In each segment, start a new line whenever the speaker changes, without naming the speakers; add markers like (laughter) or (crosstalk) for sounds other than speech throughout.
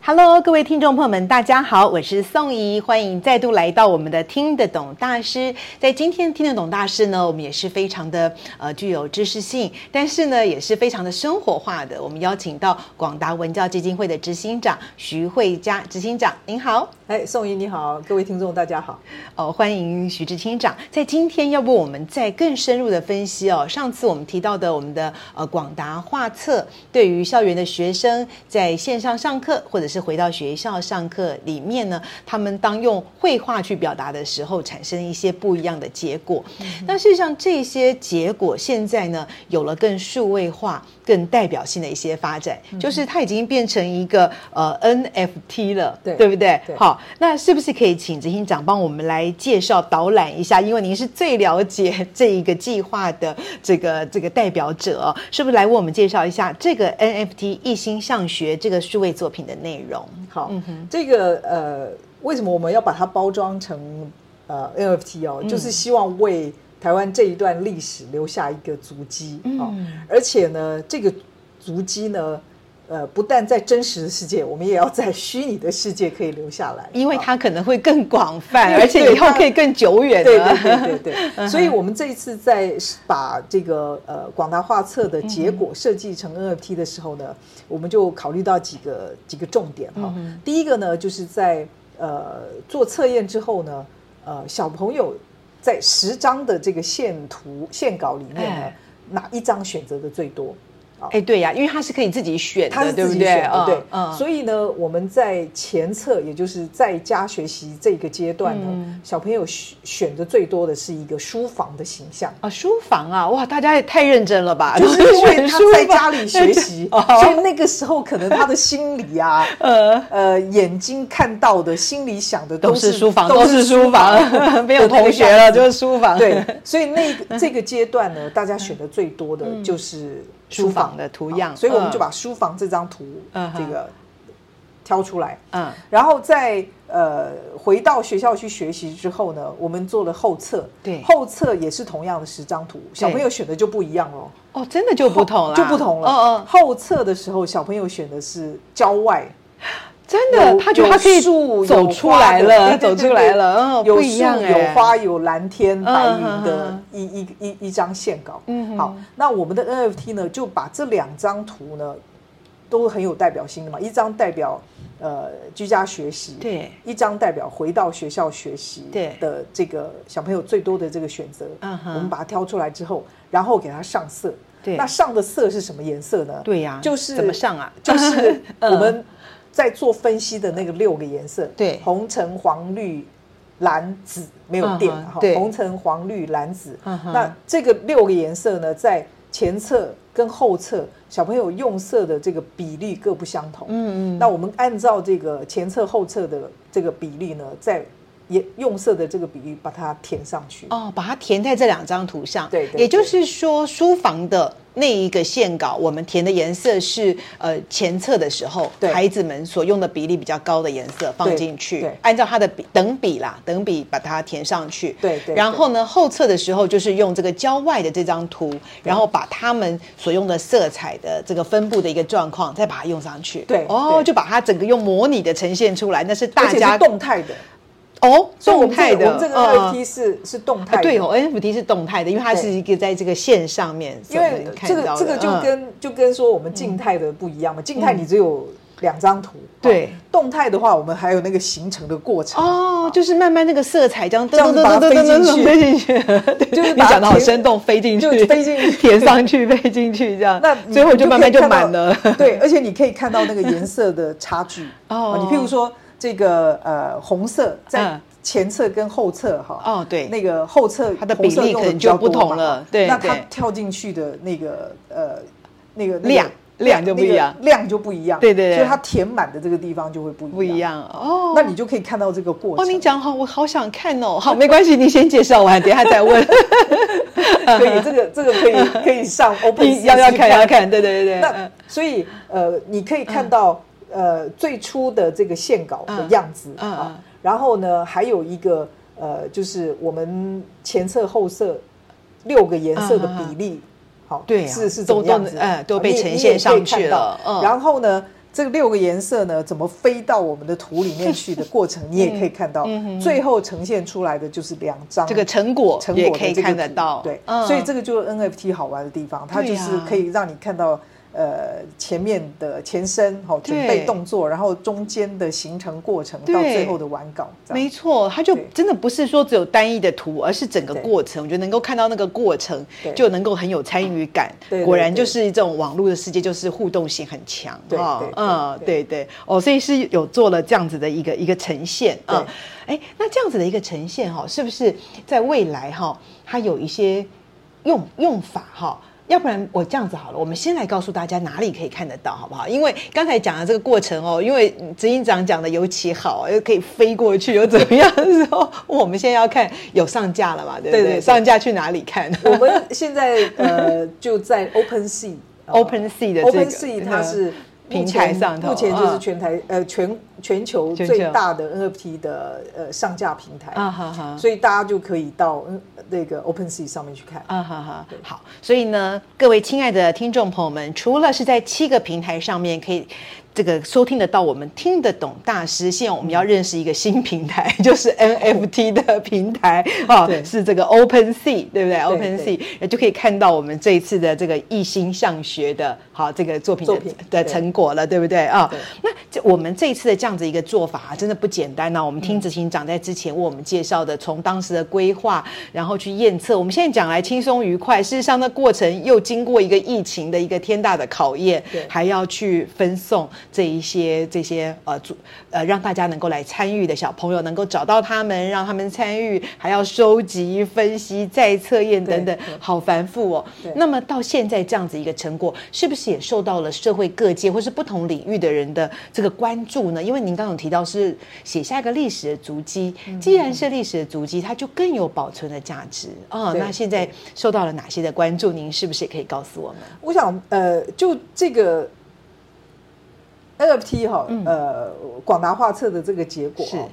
Hello，各位听众朋友们，大家好，我是宋怡，欢迎再度来到我们的听得懂大师。在今天听得懂大师呢，我们也是非常的呃具有知识性，但是呢也是非常的生活化的。我们邀请到广达文教基金会的执行长徐慧佳执行长，您好。
哎，宋怡你好，各位听众大家好。
哦，欢迎徐执行长。在今天，要不我们再更深入的分析哦。上次我们提到的我们的呃广达画册，对于校园的学生在线上上课或者是回到学校上课里面呢，他们当用绘画去表达的时候，产生一些不一样的结果。那事实上，这些结果现在呢，有了更数位化、更代表性的一些发展，就是它已经变成一个呃 NFT 了，
对
不对？
对
好，那是不是可以请执行长帮我们来介绍导览一下？因为您是最了解这一个计划的这个这个代表者哦、是不是来为我们介绍一下这个 NFT 一心向学这个数位作品的内容？
好，
嗯
这个呃，为什么我们要把它包装成呃 NFT
嗯
哦？就是希望为台湾这一段历史留下一个足迹
嗯
哦。而且呢，这个足迹呢，呃，不但在真实的世界，我们也要在虚拟的世界可以留下来，
因为
哦
它可能会更广泛，
对
而且以后
它
可以更久远嗯
对
了。
对对对对，所以我们这一次在把这个呃广达画册的结果设计成 NFT 的时候呢，我们就考虑到几个几个重点
嗯
哈、第一个呢，就是在呃做测验之后呢，呃小朋友在十张的这个线图线稿里面呢
哎，
哪一张选择的最多？
(laughs) 哎，对呀、因为它是可以自己选
他
的，
是
对
自
不
己
对？
选的，对
嗯，嗯
所以呢，我们在前测，也就是在家学习这个阶段呢，
嗯
小朋友选选的最多的是一个书房的形
(laughs)
象。
啊，书房啊，哇，大家也太认真了吧？ (laughs)
就是因为他在家里学
选书
习，
房 (laughs) 哦
所以那个时候可能他的心里
(laughs)
啊，
呃
呃，眼睛看到的、心里想的
都
是
是书房，
都
都是书房， (laughs) 没有
的那个
同学
样
了，
子
就是书
(laughs)
房。
对，所以
(laughs)
那个这个阶段呢，大家选的最多的就是
嗯书房的图样
好所以我们
嗯
就把书房这张图
嗯哼
这个挑出来，
嗯，
然后在呃回到学校去学习之后呢，我们做了后测，
对
后测也是同样的十张图，小朋友选的就不一样哦，
哦，真的就不同了，
就不同哦了。
嗯嗯，
后测的时候小朋友选的是郊外，
真的，
有
他觉得他可以
有树
走出来
有花
了，
的对对
(laughs) 走
对
出来了，嗯，
有
不
树
一样哎
有花有蓝天白云的
嗯
一一一一张线稿。
嗯哼
好，那我们的 NFT 呢，就把这两张图呢都很有代表性的嘛，一张代表呃居家学习，
对，
一张代表回到学校学习，
对
的这个小朋友最多的这个选择，
嗯哼
我们把它挑出来之后，然后给它上色。
对
那上的色是什么颜色呢？
对呀
就是
怎么上啊
(laughs)
(laughs)
就是我们在做分析的那个六个颜色，
对
红橙黄绿蓝紫没有变
嗯哼
哈、
对
红橙黄绿蓝紫。
嗯哼
那这个六个颜色呢，在前侧跟后侧小朋友用色的这个比例各不相同。
嗯嗯，
那我们按照这个前侧后侧的这个比例呢，在也用色的这个比例把它填上去。
哦，把它填在这两张图上，
对对
也就是说，书房的那一个线稿，我们填的颜色是呃前侧的时候，
对
孩子们所用的比例比较高的颜色放进去
对对，
按照它的比等比啦，等比把它填上去，
对对
然后呢，后侧的时候就是用这个郊外的这张图，然后把他们所用的色彩的这个分布的一个状况，再把它用上去，
对
哦，
对
就把它整个用模拟的呈现出来，那是
而
大
且
家
是动态的，
哦，
所以我
动
们这
态
个
的，
我们这个
嗯
NFT 是是动态
啊，
的。
对哦，NFT 是动态的，因为它是一个在这个线上面所
因为
能看
这个
到的，
这个就
嗯
跟就跟说我们静态的不一样嘛，静态你只有两张图，
对
哦动态的话我们还有那个形成的过程，
哦，就是慢慢那个色彩这样噔
这样
噔
子把
噔
它
噔噔噔
飞
飞进去，对
就是
你
把它
讲的好
填
生动，飞进去，
就飞进去
填上去，飞进去这样，
那你
最后就
你
慢慢就
可以看
满
到
了。
(laughs) 对，而且你可以看到那个颜色的差
(laughs)
距
哦
你譬如说这个呃红色在
嗯
前侧跟后侧哈，
哦对
那个后侧
它的
红色
比例
用
可
得
能
比较
就不
多嘛
同了对
那它
对
跳进去的那个呃那个那个
量量就不一样
那个量就不一样，
对对对
所以它填满的这个地方就会不一样，
不一。样哦。
那你就可以看到这个过
哦，
程。
你讲好，我好想看
(laughs)
哦。好，没关系，你先介绍完，等一下再问。
可以，这个这个可以可以上 Open
(laughs) 你要要看要看，对对对对。
那
嗯
所以呃，你可以看到、呃最初的这个线稿的样子、
嗯嗯
啊
嗯，
然后呢还有一个呃就是我们前侧后色六个颜色的比例，好
嗯对啊
是是怎
都
么样子啊
都呃都被
你
呈
你
现
也可以
上去
看到
了嗯
然后呢？这六个颜色呢，怎么飞到我们的图里面去的过程，你
(laughs) 嗯
也可以看到。最后呈现出来的就是两张
这个成果
成
也
果的
可以
这个
看得
图
到，
对，
嗯
所以这个就是 NFT 好玩的地方，它
对
就
呀
是可以让你看到呃前面的前身，好、准
对
备动作，然后中间的形成过程
对
到最后的完稿，这样
没错，它就
对
真的不是说只有单一的图，而是整个
对
过程。我觉得能够看到那个过程，
对
就能够很有参与感。
对对
果然就
对
是这种网络的世界，就是互动性很强
对
啊
对对
嗯，对
对
对哦，所以是有做了这样子的一个一个呈现啊。哎，那这样子的一个呈现哈，是不是在未来哈，它有一些用用法哈？要不然我这样子好了，我们先来告诉大家哪里可以看得到，好不好？因为刚才讲的这个过程哦，因为执行长讲的尤其好，又可以飞过去，又怎么样 (laughs) 的时候，我们现在要看有上架了嘛，对不对？
对对对
上架去哪里看 (laughs)
我们现在呃 (laughs) 就在 Open Sea、
？OpenSea 的这个
Open Sea 它是
平
目前
台上头
目前就是
嗯
全台、呃全全球
全
最
球
大的 NFT 的呃上架平台
啊哈哈
所以大家就可以到嗯那个 Open Sea 上面去看。
啊哈哈，好，所以呢，各位亲爱的听众朋友们，除了是在七个平台上面可以这个收听得到我们听得懂大师，现在我们要认识一个新平台， (laughs) 就是 NFT 的平台啊、
对
是这个 Open Sea，对不对
对
Open Sea 就可以看到我们这一次的这个一心向学的好这个作品的
作品
的
对
成果了，对不对啊
对？
那这我们这一次的这样子一个做法、啊、真的不简单呐、我们听执行长在之前为我们介绍的，从当时的规划，然后去验测，我们现在讲来轻松愉快，事实上那过程又经过一个疫情的一个天大的考验
对，
还要去分送这一些这些呃主呃让大家能够来参与的小朋友能够找到他们，让他们参与，还要收集、分析、再测验等等
对对，
好繁复哦
对。
那么到现在这样子一个成果，是不是也受到了社会各界或是不同领域的人的这个关注呢？因为您刚刚有提到是写下一个历史的足迹，
嗯
既然是历史的足迹，它就更有保存的价值啊、哦
对
那现在受到了哪些的关注？您是不是也可以告诉我们？
我想，呃，就这个 NFT 哈、呃，广达画册的这个结果、
嗯是
哦，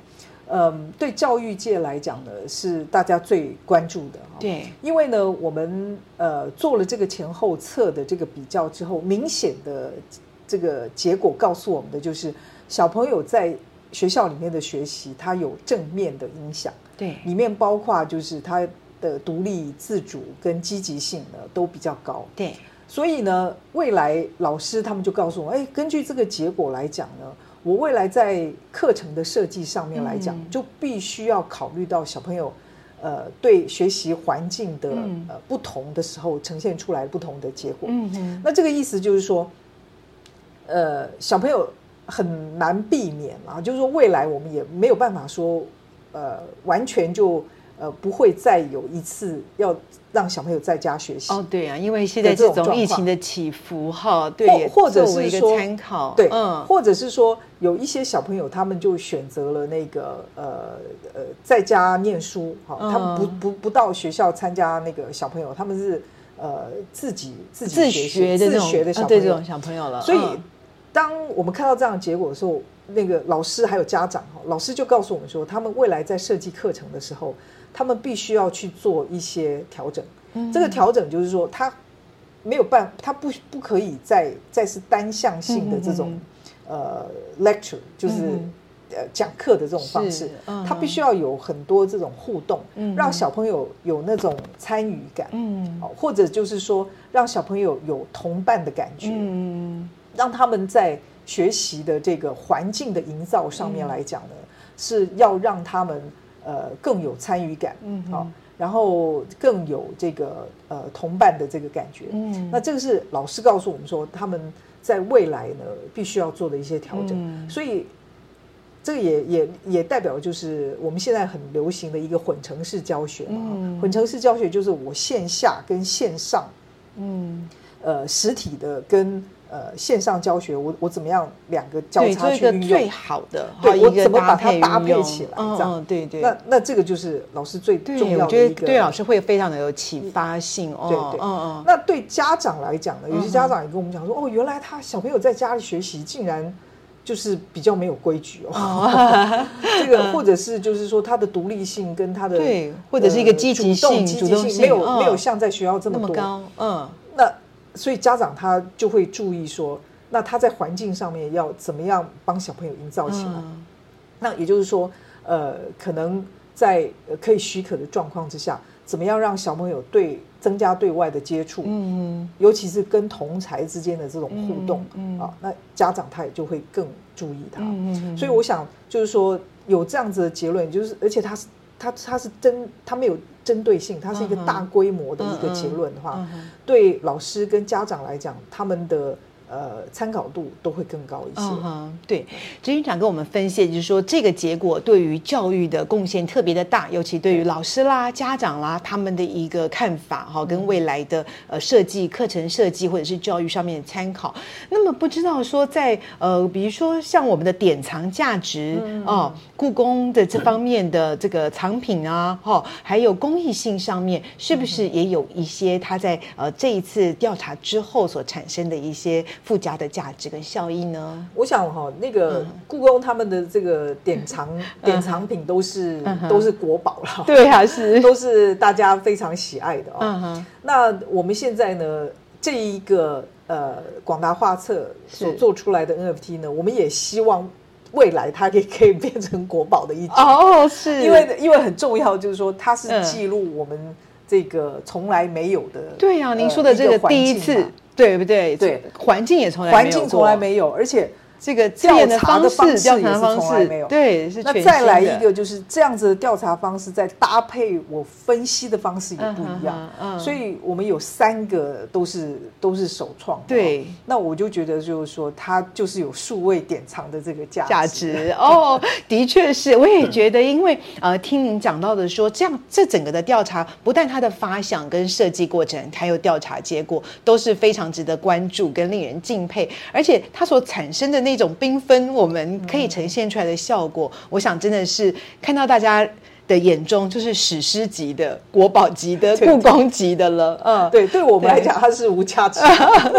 嗯、对教育界来讲呢，是大家最关注的、哦。，
对，
因为呢，我们呃做了这个前后册的这个比较之后，明显的这个结果告诉我们的就是，小朋友在学校里面的学习，它有正面的影响。
对，
里面包括就是他的独立自主跟积极性呢都比较高。
对，
所以呢，未来老师他们就告诉我，哎，根据这个结果来讲呢，我未来在课程的设计上面来讲，
嗯
就必须要考虑到小朋友。呃，对学习环境的、
嗯
呃不同的时候，呈现出来不同的结果。
嗯哼，
那这个意思就是说，呃，小朋友很难避免嘛，就是说未来我们也没有办法说，呃，完全就呃不会再有一次要让小朋友在家学习。
哦，对啊，因为现在
的这
这
种
种疫
状况
情的起伏哈，对，也
或或者
作
是
为一个
说
参考，
对，
嗯，
或者是说有一些小朋友他们就选择了那个呃呃在家念书，哈、
嗯
他们不不不到学校参加那个小朋友，他们是呃自己自己
自
学习
学的这
自
种
学的
啊
小朋
对
友，
这种小朋友了，
所以
嗯，
当我们看到这样的结果的时候，那个老师还有家长哈，老师就告诉我们说，他们未来在设计课程的时候，他们必须要去做一些调整。
嗯
这个调整就是说，他没有办，他不不可以再再是单向性的这种、
嗯
呃 lecture，就是、
嗯
呃讲课的这种方
是
式，
嗯
他必须要有很多这种互动，
嗯
让小朋友有那种参与感。
嗯
哦或者就是说，让小朋友有同伴的感觉，
嗯，
让他们在学习的这个环境的营造上面来讲呢，
嗯
是要让他们呃更有参与感，
嗯哼
好、然后更有这个呃同伴的这个感觉，
嗯
那这个是老师告诉我们说他们在未来呢必须要做的一些调整，
嗯
所以。这个也也也代表就是我们现在很流行的一个混成式教学嘛，
嗯
混成式教学就是我线下跟线上
嗯
呃实体的跟呃线上教学，我我怎么样两个交
对，做
叉
一
去
个
运
最
用？
好的，
对
好
我
一个
怎么把它
运
搭配
用
起来
嗯
这样
嗯，对对。
那那这个就是老师最重
对，
要
我
的
觉
一
得
个
对老师会非常的有启发性哦。
对对
嗯嗯，
那对家长来讲呢，有些家长也跟我们讲说，哦，原来他小朋友在家里学习竟然就是比较没有规矩
(laughs)
哦，这个或者是就是说他的独立性跟他的
嗯对或者是一个
呃
积极
主动
性
积
主
极
动
性
性
没有
嗯
没有像在学校这
那
么
么
多，
高，嗯，
那所以家长他就会注意说，那他在环境上面要怎么样帮小朋友营造起来？
嗯
那也就是说，呃，可能在呃可以许可的状况之下，怎么样让小朋友对增加对外的接触？
嗯，
尤其是跟同才之间的这种互动、
嗯嗯
啊，那家长他也就会更注意他。
嗯
所以我想就是说有这样子的结论，就是而且他是他他是针他没有针对性，它是一个
嗯哼
大规模的一个
嗯嗯
结论的话，
嗯哼
对老师跟家长来讲，他们的呃参考度都会更高一些。
嗯哼，对，执行长跟我们分析，就是说这个结果对于教育的贡献特别的大，尤其对于老师啦、家长啦他们的一个看法哈、跟未来的呃设计、课程设计或者是教育上面的参考。那么不知道说在呃，比如说像我们的典藏价值哦，故宫的这方面的这个藏品啊，哈、还有公益性上面，是不是也有一些它在呃这一次调查之后所产生的一些附加的价值跟效益呢？
我想哈、那
嗯
个故宫他们的这个典藏、典藏品都是、都是国宝了，
嗯
(laughs)
对啊，是，
都是大家非常喜爱的哦。
嗯哼，
那我们现在呢，这一个呃广达画册所
是
做出来的 NFT 呢，我们也希望未来它也可以 (laughs) 变成国宝的一种，
哦，是
因为因为很重要，就是说它是
嗯
记录我们这个从来没有的。
对啊，
呃
您说的这
一
个
环
第一
境
次
嘛，
对不对？
对，
环境也从来没
环
有
境
过
从来没有，而且
这个调
调
的
查的方
式，
式
调
也
查
是
方
从来
式
没有
对，是
那
全
再
新
来
的
一个就是这样子的调查方式，再搭配我分析的方式也不一样
嗯，哼哼嗯
所以我们有三个都是都是首创的。
对
那我就觉得就是说，它就是有数位典藏的这个价值
价值哦，的确是，我也觉得，因为呃，听您讲到的说，这样这整个的调查，不但它的发想跟设计过程，还有调查结果，都是非常值得关注跟令人敬佩，而且它所产生的那种缤纷，我们可以呈现出来的效果，我想真的是看到大家。的眼中就是史诗级的、国宝级的、故宫级的了，嗯，
对，对我们来
对
讲它是无价值。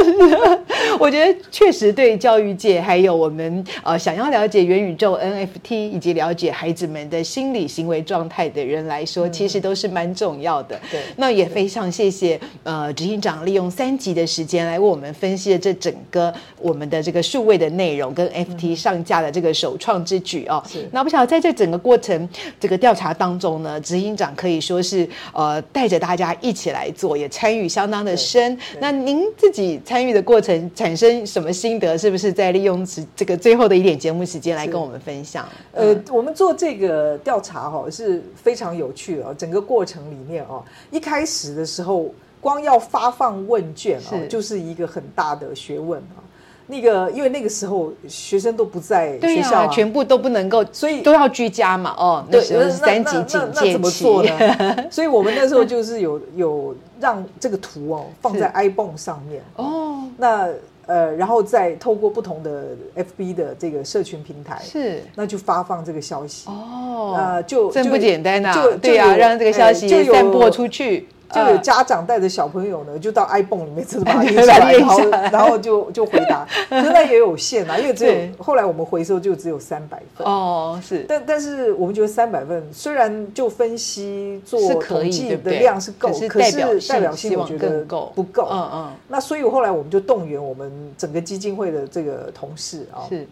(laughs) 我觉得确实对教育界，还有我们呃想要了解元宇宙 NFT 以及了解孩子们的心理行为状态的人来说，其实都是蛮重要的。
嗯对
那也非常谢谢呃执行长利用三集的时间来为我们分析了这整个我们的这个数位的内容跟 FT 上架的这个首创之举哦
嗯是。
那不晓得在这整个过程这个调查当中呢，执行长可以说是呃带着大家一起来做，也参与相当的深。那您自己参与的过程产生什么心得？是不是在利用此这个最后的一点节目时间来跟我们分享？
呃，我们做这个调查哈、是非常有趣的、哦，整个过程里面哦，一开始的时候光要发放问卷哦
是，
就是一个很大的学问啊、那个因为那个时候学生都不在
对
学
呀、
校、啊，
全部都不能够，
所以
都要居家嘛。哦，那
对，
时候是三级
那
警
那那
戒
那
期，
怎么做
(laughs)
呢？所以我们那时候就是有有让这个图哦放在 iPhone 上面
哦，
那呃，然后再透过不同的 FB 的这个社群平台，
是
那就发放这个消息。
哦，
啊，就
真
就
不简单呐、啊
就就
对呀、
有
让这个消
呃
息
就有
散播出去，
就
呃
有家长带着小朋友呢，就到 iPhone 里面真的把它印
把
出
它
来，
印
然后
下哎来
然后就就回
(laughs)
答，可是那也有限啊，因为只
对
有后来我们回收就只有三百份。
哦，是
但但是我们觉得三百份虽然就分析做
是可
统
以
计
对不
的
对
量是够，
可是
可
代
是
表性
代表性
希
我
望
觉
更
得
够
不够。
嗯嗯
那所以后来我们就动员我们整个基金会的这个同事啊、
是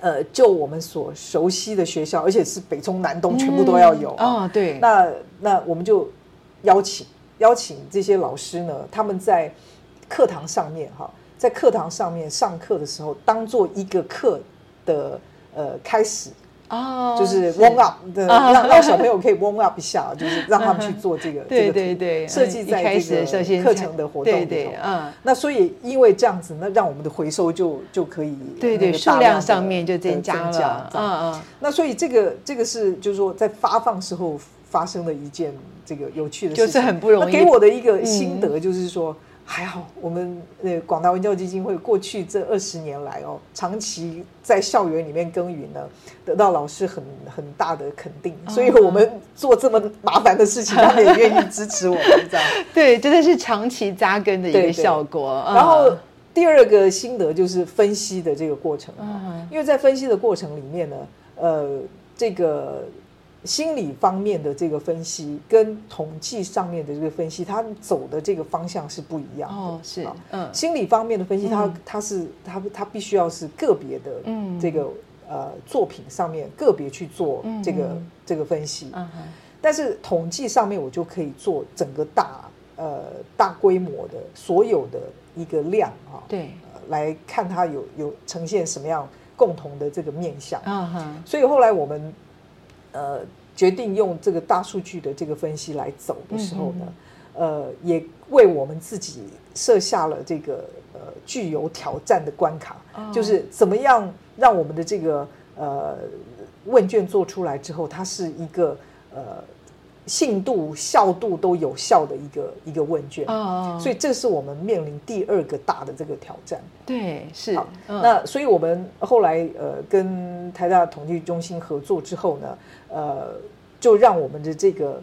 呃，就我们所熟悉的学校，而且是北中南东全部都要有啊、
哦，对，
那那我们就邀请邀请这些老师呢，他们在课堂上面哈，在课堂上面上课的时候，当做一个课的呃开始，
哦，
就是 warm up 的，
啊
让让小朋
(laughs)
友可以 warm up 一下，就是让他们去做这个
对
这个
对对，
设计
嗯
在
一开
这
始的时候
个
先
课
讲
程的活动
对
里
对
头，。
嗯。
那所以因为这样子，那让我们的回收就就可以
对对，
那个
数
大
量
地
上面就
呃
增加
增加
了，
这样
嗯嗯，
那所以这个这个是就是说在发放时候发生的一件这个有趣的事情，
就是很不容易嗯
那给我的一个心得就是说，还好，我们呃广达文教基金会过去这二十年来哦，长期在校园里面耕耘呢，得到老师很很大的肯定，
哦
所以我们做这么麻烦的事情，他们也愿意支持我们这样。
对，真的是长期扎根的一
对
个
对
效果。 (laughs) 嗯
然后第二个心得就是分析的这个过程啊，
嗯
因为在分析的过程里面呢，呃，这个心理方面的这个分析跟统计上面的这个分析，它走的这个方向是不一样的。
哦，是
啊，
嗯，
心理方面的分析，它
嗯
它是它它必须要是个别的
嗯
这个呃作品上面个别去做
嗯
这个
嗯
这个分析，
嗯
但是统计上面我就可以做整个大呃大规模的所有的一个量啊，
对，
呃来看它有有呈现什么样共同的这个面相。
嗯哼，
所以后来我们呃决定用这个大数据的这个分析来走的时候呢，
嗯
呃，也为我们自己设下了这个呃具有挑战的关卡，
哦
就是怎么样让我们的这个呃问卷做出来之后，它是一个呃信度、效度都有效的一个一个问卷。
哦，
所
以
以这是我们面临第二个大的这个挑战。
对是，
好
嗯
那所以我们后来呃跟台大统计中心合作之后呢，呃，就让我们的这个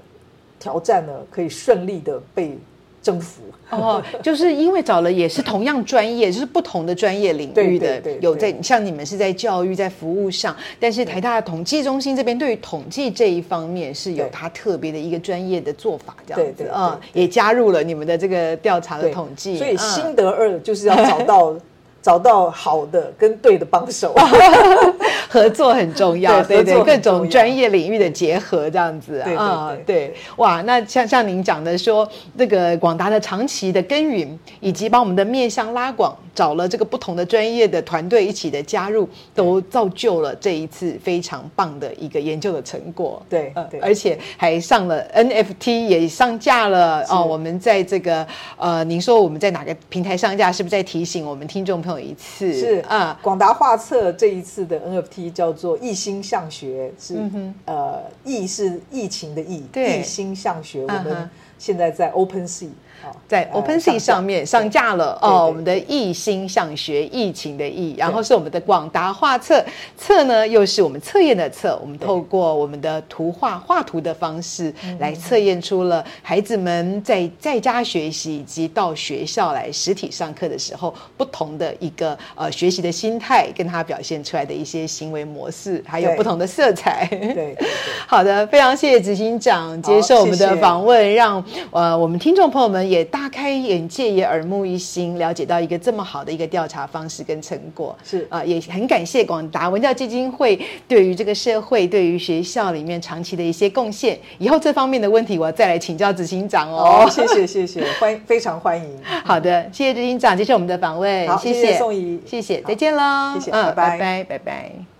挑战呢可以顺利的被征服。
哦，就是因为找了也是同样专业，就是不同的专业领域
对对
的
对，
有在
对
像你们是在教育、在服务上，但是台大统计中心这边对于统计这一方面是有
对
它特别的一个专业的做法，这
对
样子
对
啊，也加入了你们的这个调查的统计，
所以
嗯
心得二就是要找
(laughs)
到找到好的跟对的帮手。
合作很重要，
(laughs) 对
对
合
对，
作
各
很重要
种专业领域的结合这样子
对对
啊
对，
对，哇，那像像您讲的说，这个广达的长期的耕耘，以及把我们的面向拉广，找了这个不同的专业的团队一起的加入，都造就了这一次非常棒的一个研究的成果。
对
呃
对
而且还上了 NFT 也上架了哦。我们在这个呃，您说我们在哪个平台上架？是不是再提醒我们听众朋友一
(laughs)
次？
是
啊
啊，，广达画册这一次的 NFT 叫做“一心向学”，是、呃，疫是疫情的疫，
嗯对
一心向学。我
嗯
们
哼
现在在 OpenSea 啊，
在
呃
OpenSea
架
上面上架了
对对
哦，
对
我们的艺心向学疫情的疫，然后是我们的广达画册，册呢又是我们测验的测，我们透过我们的图画画图的方式
嗯
来测验出了孩子们在在家学习以及到学校来实体上课的时候不同的一个呃学习的心态，跟他表现出来的一些行为模式，还有
对
不同的色彩。
对对对。
好的，非常谢谢执行长接受我们的访问，让呃我们听众朋友们也大开眼界，也耳目一新，了解到一个这么好的一个调查方式跟成果。
是
啊、也很感谢广达文教基金会对于这个社会、对于学校里面长期的一些贡献。以后这方面的问题，我再来请教执行长哦。
哦，谢谢谢谢，欢非常欢迎，
好的，谢谢执行长接受我们的访问，
好
谢
谢谢宋怡
谢谢，
好
再见喽，
谢谢拜拜
嗯拜拜。拜拜